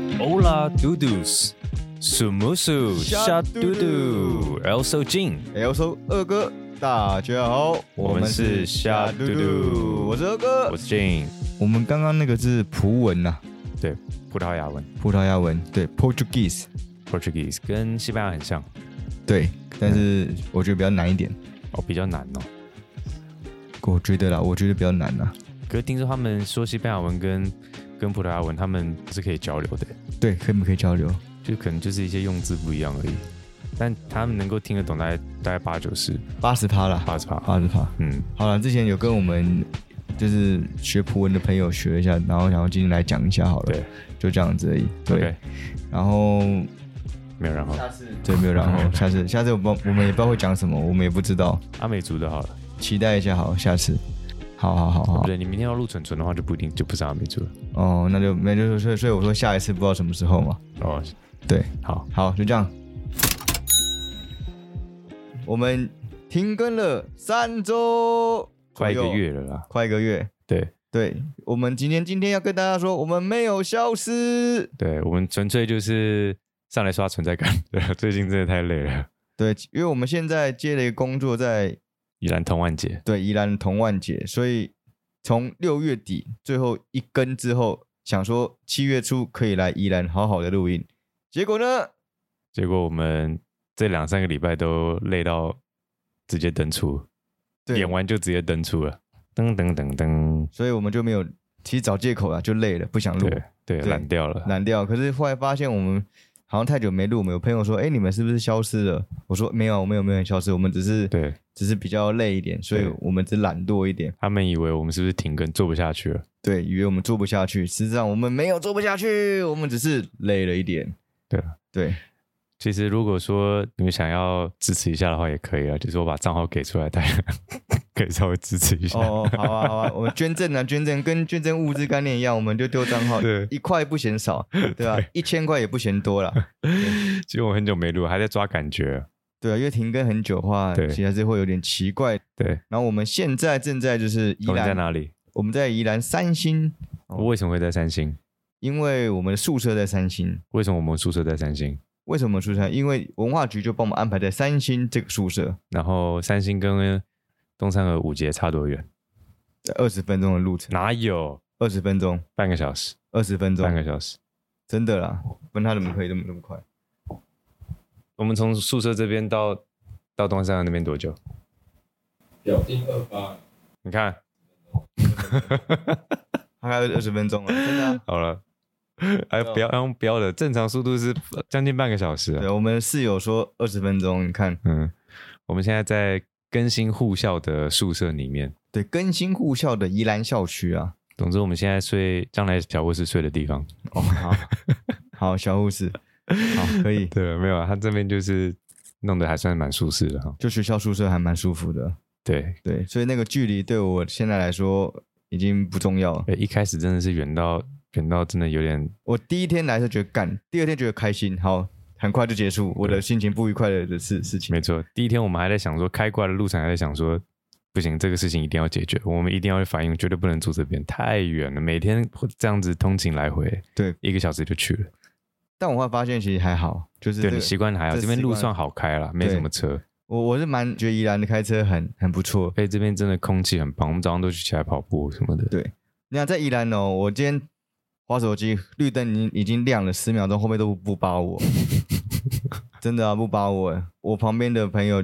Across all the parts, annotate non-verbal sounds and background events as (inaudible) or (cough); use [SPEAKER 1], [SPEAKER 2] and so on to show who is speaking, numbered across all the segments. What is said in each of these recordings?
[SPEAKER 1] Sha Dudus、Sumusu、Sha Dudu、Also Jin。
[SPEAKER 2] 哎，我说二哥，大家好，
[SPEAKER 1] 我们是虾嘟嘟
[SPEAKER 2] 我是二哥
[SPEAKER 1] 我。是 Jin，
[SPEAKER 2] 我们刚刚那个是葡文呐、
[SPEAKER 1] 对，葡萄牙文
[SPEAKER 2] 葡萄牙文，对，Portuguese，
[SPEAKER 1] （Portuguese） 跟西班牙很像，
[SPEAKER 2] 对，但是我觉得比较难一点，
[SPEAKER 1] 哦，比较难哦。
[SPEAKER 2] 我觉得啦，我觉得比较难啊啦。
[SPEAKER 1] 可是听说他们说西班牙文跟跟葡萄牙文，他们是可以交流的，
[SPEAKER 2] 对，可不可以交流？
[SPEAKER 1] 就可能就是一些用字不一样而已。但他们能够听得懂，大概大概八九十、
[SPEAKER 2] 八十趴啦，
[SPEAKER 1] 八十趴。
[SPEAKER 2] 八十趴。
[SPEAKER 1] 嗯，
[SPEAKER 2] 好了，之前有跟我们就是学葡文的朋友学一下，然后想要今天来讲一下好了，
[SPEAKER 1] 对
[SPEAKER 2] 就这样子而已。对
[SPEAKER 1] OK，
[SPEAKER 2] 然后
[SPEAKER 1] 没有然后。
[SPEAKER 2] 次对没有然后，下次下次我不我们也不知道会讲什么，我们也不知道，
[SPEAKER 1] 阿美族的好了，
[SPEAKER 2] 期待一下好，下次。好好好好
[SPEAKER 1] 不，对，你明天要录蠢蠢的话，就不一定就不是阿美族了。
[SPEAKER 2] 哦，那就没就是所以所以我说下一次不知道什么时候嘛，
[SPEAKER 1] 哦，
[SPEAKER 2] 对，
[SPEAKER 1] 好，
[SPEAKER 2] 好就这样，我们停更了三周，
[SPEAKER 1] 快一个，月了啦。
[SPEAKER 2] 快一个月，
[SPEAKER 1] 对，
[SPEAKER 2] 对我们今天今天要跟大家说，我们没有消失。
[SPEAKER 1] 对我们纯粹就是上来刷存在感。对，啊最近真的太累了。
[SPEAKER 2] 对，因为我们现在接了一个工作在
[SPEAKER 1] 依然同万节，
[SPEAKER 2] 对宜兰同万节，所以从六月底最后一根之后，想说七月初可以来宜兰好好的录音，结果呢，
[SPEAKER 1] 结果我们这两三个礼拜都累到直接登出，
[SPEAKER 2] 对
[SPEAKER 1] 演，完就直接登出了。噔噔噔噔，
[SPEAKER 2] 所以我们就没有，其实找借口啊，就累了，不想录，
[SPEAKER 1] 对对，
[SPEAKER 2] 对
[SPEAKER 1] 懒掉了。
[SPEAKER 2] 懒掉。可是后来发现我们好像太久没录，我们有朋友说，哎，你们是不是消失了？我说没有，没有，没有消失，我们只是
[SPEAKER 1] 对
[SPEAKER 2] 只是比较累一点，所以
[SPEAKER 1] 对
[SPEAKER 2] 我们只懒惰一点。
[SPEAKER 1] 他们以为我们是不是停更做不下去了？
[SPEAKER 2] 对，以为我们做不下去，实际上我们没有做不下去，我们只是累了一点。
[SPEAKER 1] 对啊 (laughs)
[SPEAKER 2] 对
[SPEAKER 1] 其实如果说你们想要支持一下的话，也可以啊，就是我把账号给出来，大家 (laughs) 可以稍微支持一下。
[SPEAKER 2] 哦，好啊好啊，我们捐赠啊捐赠，跟捐赠物资概念一样，我们就丢账号，
[SPEAKER 1] 对
[SPEAKER 2] 一块不嫌少，对
[SPEAKER 1] (laughs)
[SPEAKER 2] 吧、一千块也不嫌多啦。
[SPEAKER 1] 其实我很久没录，还在抓感觉。
[SPEAKER 2] 对啊，因为停更很久的话，
[SPEAKER 1] 对
[SPEAKER 2] 其实还是会有点奇怪。
[SPEAKER 1] 对，
[SPEAKER 2] 然后我们现在正在就是宜
[SPEAKER 1] 我们在
[SPEAKER 2] 兰，
[SPEAKER 1] 哪里？
[SPEAKER 2] 我们在宜兰三星，哦
[SPEAKER 1] 我为什么会在三星？
[SPEAKER 2] 因为我们的宿舍在三星。
[SPEAKER 1] 为什么我们宿舍在三星？
[SPEAKER 2] 为什么宿舍？因为文化局就帮我们安排在三星这个宿舍，
[SPEAKER 1] 然后三星跟东山和五节差多远？
[SPEAKER 2] 二十分钟的路程，
[SPEAKER 1] 哪有
[SPEAKER 2] 二十分钟，
[SPEAKER 1] 半个小时？
[SPEAKER 2] 二十分钟
[SPEAKER 1] 半，个小时。
[SPEAKER 2] 真的啦，问他怎么可以这么这么快？
[SPEAKER 1] 我们从宿舍这边到到东山河那边多久？
[SPEAKER 3] 表定二八，
[SPEAKER 1] 你看，
[SPEAKER 2] 大概二十分钟了，真的啊、
[SPEAKER 1] 好 (laughs) 了，哎，不要用标的，正常速度是将近半个小时、
[SPEAKER 2] (laughs) 对，
[SPEAKER 1] 啊。
[SPEAKER 2] 我们室友说二十分钟，你看，
[SPEAKER 1] 嗯，我们现在在更新护校的宿舍里面。
[SPEAKER 2] 对，更新护校的宜兰校区啊。
[SPEAKER 1] 总之，我们现在睡将来小护士睡的地方。
[SPEAKER 2] 哦，好， (laughs) 好，小护士，好，可以。
[SPEAKER 1] 对，没有啊，他这边就是弄得还算蛮舒适的哈。
[SPEAKER 2] 就学校宿舍还蛮舒服的，
[SPEAKER 1] 对，
[SPEAKER 2] 对，所以那个距离对我现在来说已经不重要了。
[SPEAKER 1] 哎，一开始真的是远到远到真的有点
[SPEAKER 2] 我第一天来是觉得干，第二天觉得开心，好，很快就结束我的心情不愉快的的事事情。
[SPEAKER 1] 没错，第一天我们还在想说，开过来的路上还在想说，不行，这个事情一定要解决，我们一定要去反应，绝对不能住这边，太远了，每天会这样子通勤来回
[SPEAKER 2] 对，
[SPEAKER 1] 一个小时就去了。
[SPEAKER 2] 但我会发现其实还好，就是、这
[SPEAKER 1] 对
[SPEAKER 2] 个
[SPEAKER 1] 你习惯了还好，
[SPEAKER 2] 这
[SPEAKER 1] 这边路
[SPEAKER 2] 习惯
[SPEAKER 1] 算好开了，没
[SPEAKER 2] 对
[SPEAKER 1] 什么车。
[SPEAKER 2] 我我是蛮觉得宜兰的开车很很不错，
[SPEAKER 1] 哎，这边真的空气很棒，我们早上都去起来跑步什么的。
[SPEAKER 2] 对那在宜兰哦，我今天滑手机，绿灯已经已经亮了十秒钟，后面都不不扒
[SPEAKER 1] (laughs)
[SPEAKER 2] 我，真的啊，不扒我。我旁边的朋友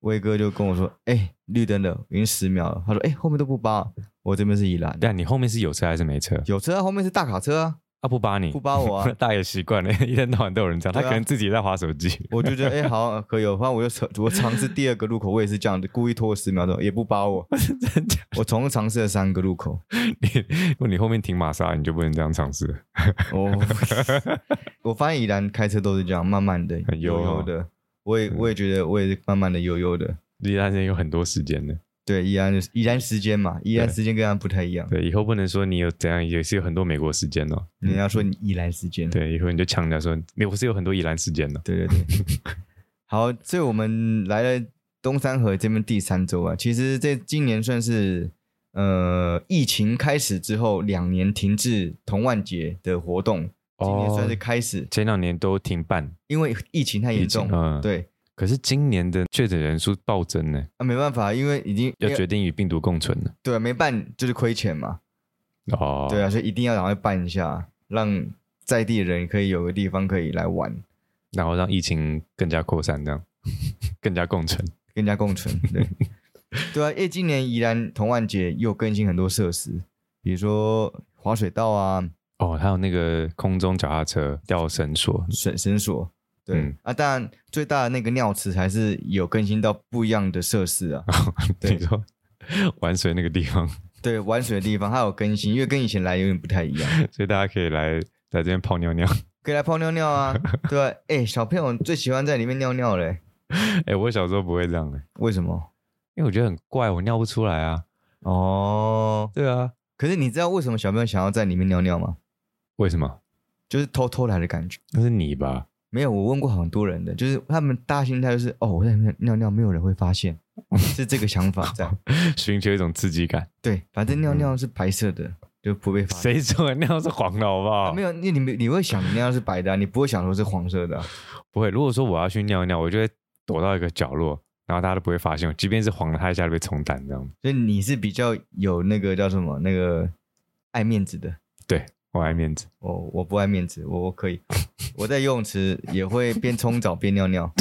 [SPEAKER 2] 威哥就跟我说：“哎、绿灯了，已经十秒了。”他说：“哎、后面都不扒。”我这边是宜兰，
[SPEAKER 1] 但你后面是有车还是没车？
[SPEAKER 2] 有车啊，后面是大卡车
[SPEAKER 1] (laughs)
[SPEAKER 2] 啊，
[SPEAKER 1] 啊，不扒你
[SPEAKER 2] 不，扒我啊。
[SPEAKER 1] 大爷习惯了，一天到晚都有人这样，他
[SPEAKER 2] 对啊
[SPEAKER 1] 可能自己在划手机。 (laughs)
[SPEAKER 2] 我就觉得哎、好啊可以哦，反正我就尝我尝试第二个路口，我也是这样的，故意拖十秒钟，也不
[SPEAKER 1] (laughs)
[SPEAKER 2] 扒我。
[SPEAKER 1] 真假？
[SPEAKER 2] 我总共尝试了三个路口，
[SPEAKER 1] 你如果你后面停玛莎，你就不能这样尝试了。 (laughs)
[SPEAKER 2] 我哦我发现宜兰开车都是这样，慢慢的，
[SPEAKER 1] 很悠
[SPEAKER 2] 悠悠
[SPEAKER 1] 哦
[SPEAKER 2] 的。我也我也觉得我也是慢慢的悠悠的。
[SPEAKER 1] 离他现在有很多时间呢。
[SPEAKER 2] 对，宜兰就是宜兰时间嘛，宜兰时间跟他不太一样。
[SPEAKER 1] 对，以后不能说你有怎样，也是有很多美国时间哦。
[SPEAKER 2] 人家说你宜兰时间，
[SPEAKER 1] 对，以后你就呛人家说，你我是有很多宜兰哦时间的。
[SPEAKER 2] 对对对。 (laughs) 好，所以我们来了东山河这边第三周啊，其实这今年算是呃疫情开始之后两年停滞同万节的活动，今年算是
[SPEAKER 1] 哦
[SPEAKER 2] 开始，
[SPEAKER 1] 前两年都停办，
[SPEAKER 2] 因为疫情太严重
[SPEAKER 1] 疫情，嗯
[SPEAKER 2] 对，
[SPEAKER 1] 可是今年的确诊人数暴增呢，
[SPEAKER 2] 啊，没办法，因为已经
[SPEAKER 1] 要
[SPEAKER 2] 因为
[SPEAKER 1] 决定与病毒共存了。
[SPEAKER 2] 对没办就是亏钱嘛，
[SPEAKER 1] 哦，
[SPEAKER 2] 对啊，所以一定要赶快办一下，让在地人可以有个地方可以来玩，
[SPEAKER 1] 然后让疫情更加扩散，这样 (laughs) 更加共存。
[SPEAKER 2] 跟人家共存。对，对啊，因为今年宜兰同万节又更新很多设施，比如说滑水道啊、
[SPEAKER 1] 哦，还有那个空中脚踏车吊绳索，
[SPEAKER 2] 水绳索。对、
[SPEAKER 1] 嗯
[SPEAKER 2] 啊，当然最大的那个尿池还是有更新到不一样的设施啊。
[SPEAKER 1] (laughs)
[SPEAKER 2] 对
[SPEAKER 1] 你说玩水那个地方， (laughs)
[SPEAKER 2] 对，玩水的地方它有更新，因为跟以前来有点不太一样。
[SPEAKER 1] (laughs) 所以大家可以来在这边泡尿 (laughs) 尿。
[SPEAKER 2] 可以来泡尿尿啊，对啊，哎、小朋友最喜欢在里面尿尿嘞、
[SPEAKER 1] 哎、我小时候不会这样的、
[SPEAKER 2] 为什么？
[SPEAKER 1] 因为我觉得很怪，我尿不出来啊。
[SPEAKER 2] 哦，
[SPEAKER 1] 对啊，
[SPEAKER 2] 可是你知道为什么小朋友想要在里面尿尿吗？
[SPEAKER 1] 为什么？
[SPEAKER 2] 就是偷偷来的感觉。
[SPEAKER 1] 那是你吧？
[SPEAKER 2] 没有，我问过很多人的，就是他们大心态就是哦，我在里面尿尿，没有人会
[SPEAKER 1] (laughs)
[SPEAKER 2] 发现，是这个想法这样。
[SPEAKER 1] (laughs) 寻求一种刺激感。
[SPEAKER 2] 对，反正尿
[SPEAKER 1] 嗯
[SPEAKER 2] 尿是白色的，就不会发
[SPEAKER 1] (laughs)
[SPEAKER 2] 现。
[SPEAKER 1] 谁说尿是黄的好不好？
[SPEAKER 2] 没有，你你你会想尿尿是白的啊、你不会想说是黄色的啊、
[SPEAKER 1] 不会。如果说我要去尿一尿，我就会躲到一个角落，然后大家都不会发现我。即便是黄的，它一下就被冲淡，这样。
[SPEAKER 2] 所以你是比较有那个叫什么那个爱面子的。
[SPEAKER 1] 对我爱面子，
[SPEAKER 2] 我我不爱面子，我我可以，我在游泳池也会边冲澡边尿
[SPEAKER 1] (laughs)
[SPEAKER 2] 尿，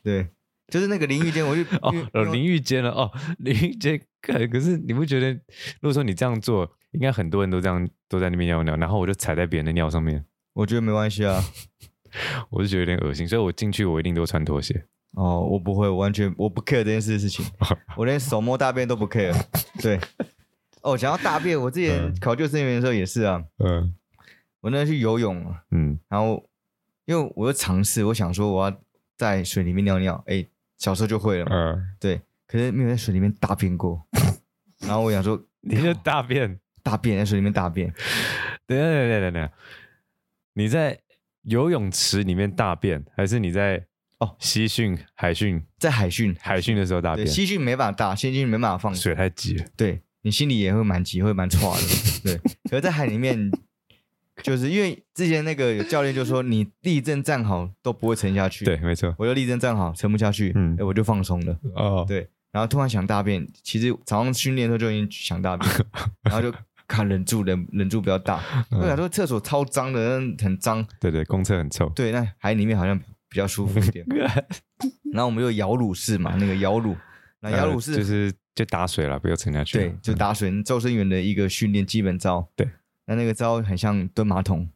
[SPEAKER 2] 对，就是那个淋浴间，我就
[SPEAKER 1] (laughs) 哦
[SPEAKER 2] 因为，
[SPEAKER 1] 呃
[SPEAKER 2] 因为
[SPEAKER 1] 淋浴间了哦， (laughs) 淋浴间。可可是你不觉得，如果说你这样做，应该很多人都这样都在那边尿尿，然后我就踩在别人的尿上面，
[SPEAKER 2] 我觉得没关系啊。
[SPEAKER 1] 我就觉得有点恶心，所以我进去我一定都穿拖鞋。
[SPEAKER 2] 哦，我不会，我完全我不 care 这件事事情，
[SPEAKER 1] (laughs)
[SPEAKER 2] 我连手摸大便都不 care。对，哦，讲到大便，我之前考救生员的时候也是啊，
[SPEAKER 1] 嗯
[SPEAKER 2] 我那天去游泳啊，
[SPEAKER 1] 嗯，
[SPEAKER 2] 然后因为我就尝试，我想说我要在水里面尿尿，哎，小时候就会了嘛，
[SPEAKER 1] 呃，
[SPEAKER 2] 对，可是没有在水里面大便
[SPEAKER 1] (laughs)
[SPEAKER 2] 过，然后我想说
[SPEAKER 1] 你就大便，
[SPEAKER 2] 大便在水里面大便。
[SPEAKER 1] 等一下等一下等一下等一下，你在游泳池里面大便，还是你在
[SPEAKER 2] 哦
[SPEAKER 1] 西训海训
[SPEAKER 2] 在海训，
[SPEAKER 1] 海训的时候大
[SPEAKER 2] 对
[SPEAKER 1] 便？
[SPEAKER 2] 西训没办法大，西训没办法放，
[SPEAKER 1] 水太急了，
[SPEAKER 2] 对你心里也会蛮急，会蛮差的。
[SPEAKER 1] (laughs)
[SPEAKER 2] 对，可是在海里面，就是因为之前那个有教练就说，你立正站好都不会沉下去。
[SPEAKER 1] 对，，没错。
[SPEAKER 2] 我就立正站好，沉不下去，
[SPEAKER 1] 嗯
[SPEAKER 2] 哎我就放松了。
[SPEAKER 1] 哦，
[SPEAKER 2] 对，然后突然想大便，其实早上训练的时候就已经想大便，
[SPEAKER 1] (laughs)
[SPEAKER 2] 然后就看忍住，忍忍住不要大。
[SPEAKER 1] 嗯
[SPEAKER 2] 我想说厕所超脏的，那很脏。
[SPEAKER 1] 对对，公厕很
[SPEAKER 2] (laughs)
[SPEAKER 1] 臭。
[SPEAKER 2] 对，那海里面好像比较舒服一
[SPEAKER 1] (laughs)
[SPEAKER 2] 点。然后我们就摇橹式嘛，那个摇橹，那摇橹
[SPEAKER 1] 呃
[SPEAKER 2] 式
[SPEAKER 1] 就是就打水了，不要沉下去。
[SPEAKER 2] 对，就打水救生员的一个训练基本招。
[SPEAKER 1] 嗯对，
[SPEAKER 2] 那那个招很像蹲马桶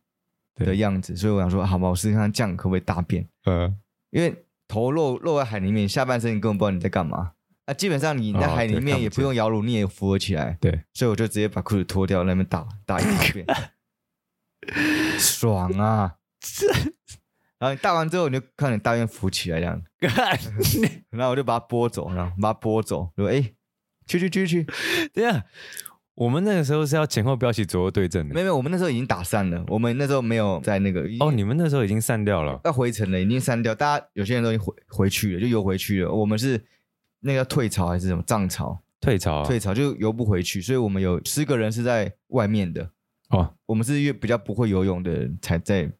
[SPEAKER 1] 对
[SPEAKER 2] 的样子，所以我想说，好吧，我试试看这样可不可以大便， (laughs)
[SPEAKER 1] 呃，
[SPEAKER 2] 因为头露露在海里面，下半身你根本不知道你在干嘛。啊，基本上你在
[SPEAKER 1] 哦
[SPEAKER 2] 海里
[SPEAKER 1] 对看
[SPEAKER 2] 面
[SPEAKER 1] 不
[SPEAKER 2] 也不用摇橹，你也扶得起来。
[SPEAKER 1] 对，
[SPEAKER 2] 所以我就直接把裤子脱掉，那边大大一大
[SPEAKER 1] (laughs)
[SPEAKER 2] 便，爽啊！然后你大完之后，你就看你大便浮起来这样，然后我就把它拨走，然后把它拨走，我说：“哎、去去去去，
[SPEAKER 1] 对啊，我们那个时候是要前后标起左右对正
[SPEAKER 2] 没
[SPEAKER 1] 的。
[SPEAKER 2] 有没有，我们那时候已经打散了，我们那时候没有在那个
[SPEAKER 1] 哦，你们那时候已经散掉了。
[SPEAKER 2] 要回程了，已经删掉。大家有些人都已经回回去了，就游回去了。我们是那个要退潮还是什么涨潮？
[SPEAKER 1] 退潮啊。
[SPEAKER 2] 退潮就游不回去，所以我们有十个人是在外面的。
[SPEAKER 1] 哦，
[SPEAKER 2] 我们是越比较不会游泳的人才在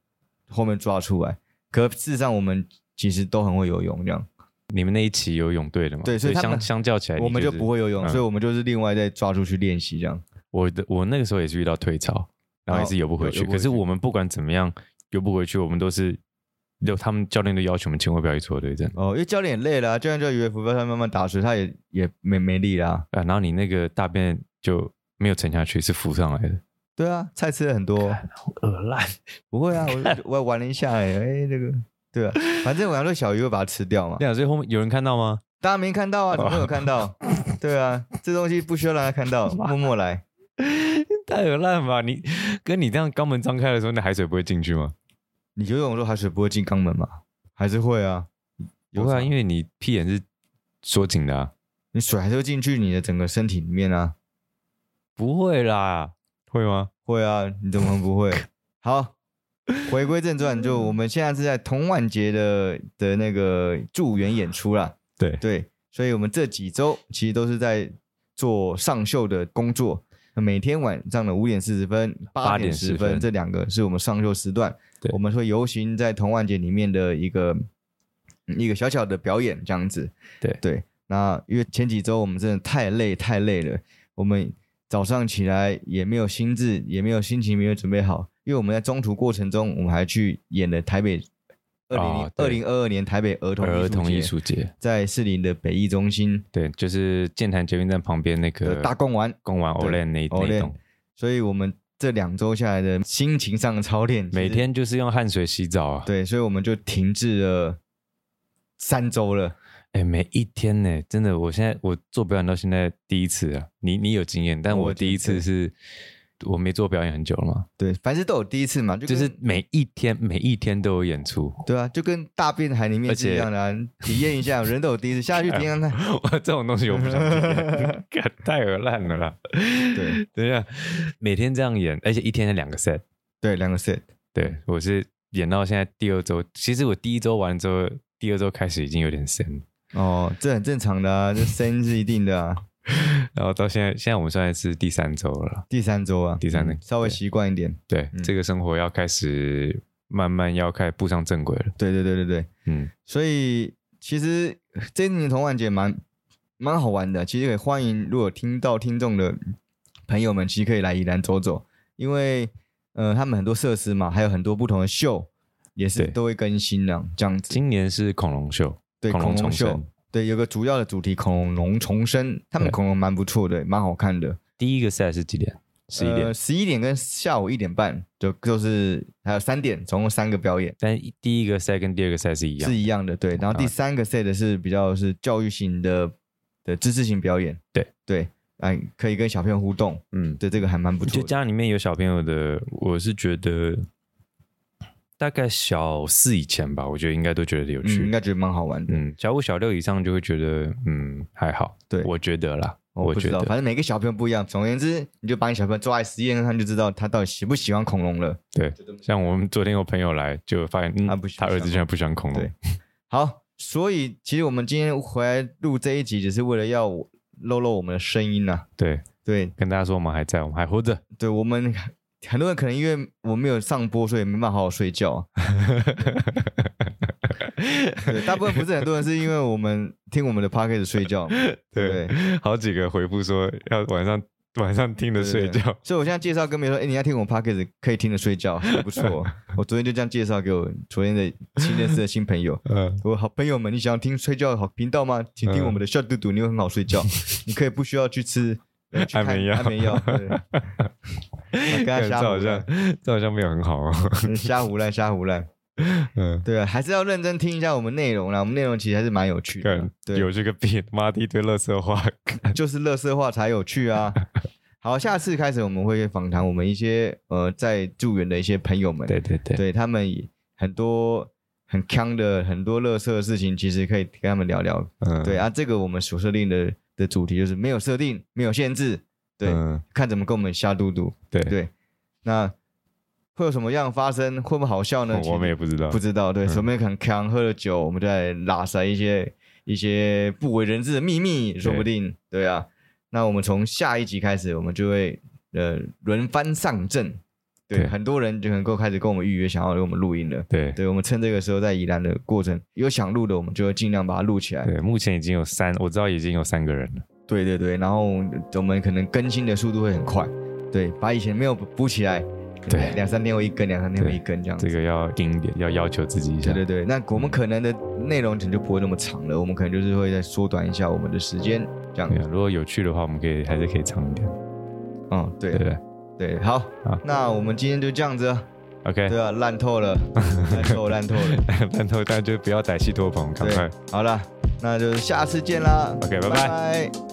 [SPEAKER 2] 后面抓出来，可事实上我们其实都很会游泳，这样
[SPEAKER 1] 你们那一期游泳队的嘛？
[SPEAKER 2] 对所以他们
[SPEAKER 1] 相相较起来，
[SPEAKER 2] 我们
[SPEAKER 1] 就
[SPEAKER 2] 就不。会游泳，
[SPEAKER 1] 嗯
[SPEAKER 2] 所以我们就是另外再抓出去练习这样。
[SPEAKER 1] 我的我那个时候也是遇到退潮，然后也是哦游不回
[SPEAKER 2] 游
[SPEAKER 1] 去。
[SPEAKER 2] 游不回
[SPEAKER 1] 可
[SPEAKER 2] 去
[SPEAKER 1] 是我们不管怎么样游不回去，我们都是就他们教练都要求我们前后标起左右对正
[SPEAKER 2] 哦，因为教练也累了、教练叫以为浮标上慢慢打水，他也也没没力啦、
[SPEAKER 1] 啊。然后你那个大便就没有沉下去，是浮上来的。
[SPEAKER 2] 对啊，菜吃了很多，
[SPEAKER 1] 恶烂。
[SPEAKER 2] 不
[SPEAKER 1] (laughs)
[SPEAKER 2] 会啊，我我玩了一下、欸，哎、这个对啊，反正我想说小鱼会把它吃掉嘛，
[SPEAKER 1] 对啊，哦所以后面有人看到吗？ (laughs)
[SPEAKER 2] 大家没看到啊，怎么会有看到？对啊，这东西不需要让他看到，默默来。
[SPEAKER 1] 太恶烂吧！你跟你这样肛门张开的时候，那海水不会进去吗？
[SPEAKER 2] 你游泳的时候海水不会进肛门吗？还是会啊，
[SPEAKER 1] 不会啊，
[SPEAKER 2] 有
[SPEAKER 1] 因为你屁眼是缩紧的啊。
[SPEAKER 2] 你水还是会进去你的整个身体里面啊，
[SPEAKER 1] 不会啦，会吗？
[SPEAKER 2] 会啊，你怎么不会？好，回归正传，
[SPEAKER 1] 嗯
[SPEAKER 2] 就我们现在是在童万杰的的那个助援演出啦。
[SPEAKER 1] 对，
[SPEAKER 2] 对，所以我们这几周其实都是在做上秀的工作。每天晚上的五点四十分、八点十
[SPEAKER 1] 10分
[SPEAKER 2] 这两个是我们上秀时段
[SPEAKER 1] 对，
[SPEAKER 2] 我们会游行在童万节里面的一个嗯一个小小的表演这样子。
[SPEAKER 1] 对
[SPEAKER 2] 对，那因为前几周我们真的太累太累了，我们早上起来也没有心智，也没有心情，没有准备好，因为我们在中途过程中，我们还去演了台北二零
[SPEAKER 1] 哦
[SPEAKER 2] 二
[SPEAKER 1] 对
[SPEAKER 2] 零二二年台北儿童
[SPEAKER 1] 儿童艺
[SPEAKER 2] 艺术节
[SPEAKER 1] 术节，
[SPEAKER 2] 在士林的北艺中心
[SPEAKER 1] 对，就是剑潭捷运站旁边那个
[SPEAKER 2] 的大贡丸，
[SPEAKER 1] 呃公玩 Olen 那一那一
[SPEAKER 2] Olen
[SPEAKER 1] 栋，
[SPEAKER 2] 所以我们这两周下来的心情上的操练，其实
[SPEAKER 1] 每天就是用汗水洗澡啊。
[SPEAKER 2] 对，所以我们就停滞了三周了。
[SPEAKER 1] 哎，每一天呢，真的，我现在我做表演到现在第一次啊，你你有经验，但
[SPEAKER 2] 我
[SPEAKER 1] 我
[SPEAKER 2] 有经
[SPEAKER 1] 第一次
[SPEAKER 2] 对
[SPEAKER 1] 是，我没做表演很久了嘛，
[SPEAKER 2] 对，凡事都有第一次嘛，就
[SPEAKER 1] 就
[SPEAKER 2] 跟
[SPEAKER 1] 是每一天每一天都有演
[SPEAKER 2] (laughs)
[SPEAKER 1] 出，
[SPEAKER 2] 对啊，就跟大便海里面是一
[SPEAKER 1] (laughs)
[SPEAKER 2] 样的、啊，体验一下，人都有第一次，下去体验看看。
[SPEAKER 1] 我这种东西我不想
[SPEAKER 2] (laughs)
[SPEAKER 1] 演，干太恶烂了啦。
[SPEAKER 2] 对
[SPEAKER 1] 等一下，每天这样演，而且一天是两个 set，
[SPEAKER 2] 对，两个 set，
[SPEAKER 1] 对
[SPEAKER 2] 嗯
[SPEAKER 1] 我是演到现在第二周，其实我第一周完之后，第二周开始已经有点深了，
[SPEAKER 2] 哦，这很正常的啊，这声音是一定的啊。
[SPEAKER 1] 然后到现在，现在我们算是第三周了啦，
[SPEAKER 2] 第三周啊，
[SPEAKER 1] (laughs) 第三周
[SPEAKER 2] 嗯稍微
[SPEAKER 1] 对
[SPEAKER 2] 习惯一点。
[SPEAKER 1] 对，
[SPEAKER 2] 嗯
[SPEAKER 1] 这个生活要开始慢慢要开始步上正轨了，
[SPEAKER 2] 对对对对对，
[SPEAKER 1] 嗯。
[SPEAKER 2] 所以其实这一年童玩节蛮蛮好玩的，其实也欢迎如果有听到听众的朋友们，其实可以来宜兰走走，因为呃他们很多设施嘛，还有很多不同的秀也是
[SPEAKER 1] 对
[SPEAKER 2] 都会更新的、这样子。
[SPEAKER 1] 今年是恐龙秀，
[SPEAKER 2] 对
[SPEAKER 1] 恐龙
[SPEAKER 2] 恐龙
[SPEAKER 1] 重
[SPEAKER 2] 秀
[SPEAKER 1] 生，
[SPEAKER 2] 对有个主要的主题恐龙重生，他们
[SPEAKER 1] 对
[SPEAKER 2] 恐龙蛮不错的，蛮好看的。呃
[SPEAKER 1] 第一个赛是几点？十一点。
[SPEAKER 2] 十一点跟下午一点半，就就是还有三点，总共三个表演。
[SPEAKER 1] 但第一个赛跟第二个赛是一样哦
[SPEAKER 2] 是。一样的，对。然后第三个 set 是比较是教育型的的知识型表演，
[SPEAKER 1] 对
[SPEAKER 2] 对，哎，可以跟小朋友互动，
[SPEAKER 1] 嗯，
[SPEAKER 2] 对，这个还蛮不错
[SPEAKER 1] 就
[SPEAKER 2] 的。
[SPEAKER 1] 家里面有小朋友的，我是觉得大概小四以前吧，我觉得应该都觉得有
[SPEAKER 2] 嗯，应
[SPEAKER 1] 趣。
[SPEAKER 2] 该觉得蛮好玩的。
[SPEAKER 1] 嗯，小五、小六以上就会觉得，嗯，还好。
[SPEAKER 2] 对
[SPEAKER 1] 我觉得啦，
[SPEAKER 2] 我
[SPEAKER 1] 我
[SPEAKER 2] 哦不
[SPEAKER 1] 觉
[SPEAKER 2] 知道，
[SPEAKER 1] 得
[SPEAKER 2] 反正每个小朋友不一样。总而言之，你就把你小朋友抓来实验，他就知道他到底喜不喜欢恐龙了。
[SPEAKER 1] 对。
[SPEAKER 3] 就这么
[SPEAKER 1] 像我们昨天有朋友来，就发现，嗯，
[SPEAKER 2] 他不喜
[SPEAKER 1] 他儿子
[SPEAKER 2] 不喜欢
[SPEAKER 1] 居然不喜欢恐龙
[SPEAKER 2] 对。好，所以其实我们今天回来录这一集，只是为了要露露我们的声音呐、
[SPEAKER 1] 对，
[SPEAKER 2] 对，
[SPEAKER 1] 跟大家说我们还在，我们还活着。
[SPEAKER 2] 对我们很多人可能因为我没有上播，所以没办法好好睡觉 (laughs) 啊。对，大部分不是很多人是因为我们听我们的 p o c a s t 睡觉嘛，对，
[SPEAKER 1] (laughs) 好几个回复说要晚上 (laughs) 晚上听着
[SPEAKER 2] 对
[SPEAKER 1] 睡
[SPEAKER 2] 对
[SPEAKER 1] 觉。
[SPEAKER 2] 所以我现在介绍跟别人说，哎、你要听我 p o c a s t 可以听着睡觉，还不错。我昨天就这样介绍给我昨天的新认识的新朋友。
[SPEAKER 1] 嗯，
[SPEAKER 2] 我好朋友们，你想要听睡觉的好频道吗？请听我们的笑嘟嘟，你会很好睡觉。你可以不需要去吃呃去
[SPEAKER 1] 安
[SPEAKER 2] 看
[SPEAKER 1] 眠药
[SPEAKER 2] 安眠药。对
[SPEAKER 1] (laughs)
[SPEAKER 2] 跟他
[SPEAKER 1] 干这
[SPEAKER 2] 瞎
[SPEAKER 1] 好
[SPEAKER 2] 胡
[SPEAKER 1] 像
[SPEAKER 2] 乱，
[SPEAKER 1] (laughs) 这好像没有很好哦。
[SPEAKER 2] 瞎胡乱，瞎胡乱。
[SPEAKER 1] 嗯，
[SPEAKER 2] 对啊，还是要认真听一下我们内容啦。我们内容其实还是蛮有趣的
[SPEAKER 1] 干，
[SPEAKER 2] 嗯对，
[SPEAKER 1] 有这个病， (laughs) 妈的一堆垃圾话。
[SPEAKER 2] (laughs) 就是乐色化才有
[SPEAKER 1] (laughs)
[SPEAKER 2] 趣啊。好，下次开始我们会访谈我们一些呃在助援的一些朋友们，
[SPEAKER 1] 对对，
[SPEAKER 2] 对他们也很多很坑的很多乐色的事情，其实可以跟他们聊聊。
[SPEAKER 1] 嗯
[SPEAKER 2] 对，啊，这个我们所设定的的主题就是没有设定，没有限制，对，
[SPEAKER 1] 嗯
[SPEAKER 2] 看怎么跟我们瞎嘟嘟。
[SPEAKER 1] 对
[SPEAKER 2] 对，那会有什么样发生？会不会好笑呢？
[SPEAKER 1] 哦我
[SPEAKER 2] 其实
[SPEAKER 1] 们也不知道
[SPEAKER 2] 不。知道，对，
[SPEAKER 1] 嗯
[SPEAKER 2] 说不定可能康喝了酒，我们就在拉塞一些一些不为人知的秘密，说不定，对啊。那我们从下一集开始，我们就会呃轮番上阵，对，
[SPEAKER 1] 对
[SPEAKER 2] 很多人就能够开始跟我们预约，想要跟我们录音了。
[SPEAKER 1] 对
[SPEAKER 2] 对，我们趁这个时候在宜兰的过程，有想录的，我们就会尽量把它录起来。
[SPEAKER 1] 对，目前已经有三，我知道已经有三个人了。
[SPEAKER 2] 对对对，然后我们可能更新的速度会很快，对，把以前没有补起来，
[SPEAKER 1] 对
[SPEAKER 2] 两三天会一根，两三天会一根这样子
[SPEAKER 1] 这。个要硬一点，要要求自己一下
[SPEAKER 2] 嗯对。对对，那我
[SPEAKER 1] 嗯
[SPEAKER 2] 们可能的内容可能就不会那么长了，我们可能就是会再缩短一下我们的时间，这样
[SPEAKER 1] 对。啊，如果有趣的话，我们可以还是可以长一点，
[SPEAKER 2] 嗯，对
[SPEAKER 1] 对不对
[SPEAKER 2] 对，好
[SPEAKER 1] 好，
[SPEAKER 2] 那我们今天就这样子啊，
[SPEAKER 1] ？OK， (laughs)
[SPEAKER 2] 对啊，烂透了，烂透烂透了，
[SPEAKER 1] 烂头但就不要歹戏拖棚，赶
[SPEAKER 2] 对
[SPEAKER 1] 快。，
[SPEAKER 2] 好了，那就下次见啦
[SPEAKER 1] OK，拜拜
[SPEAKER 2] 拜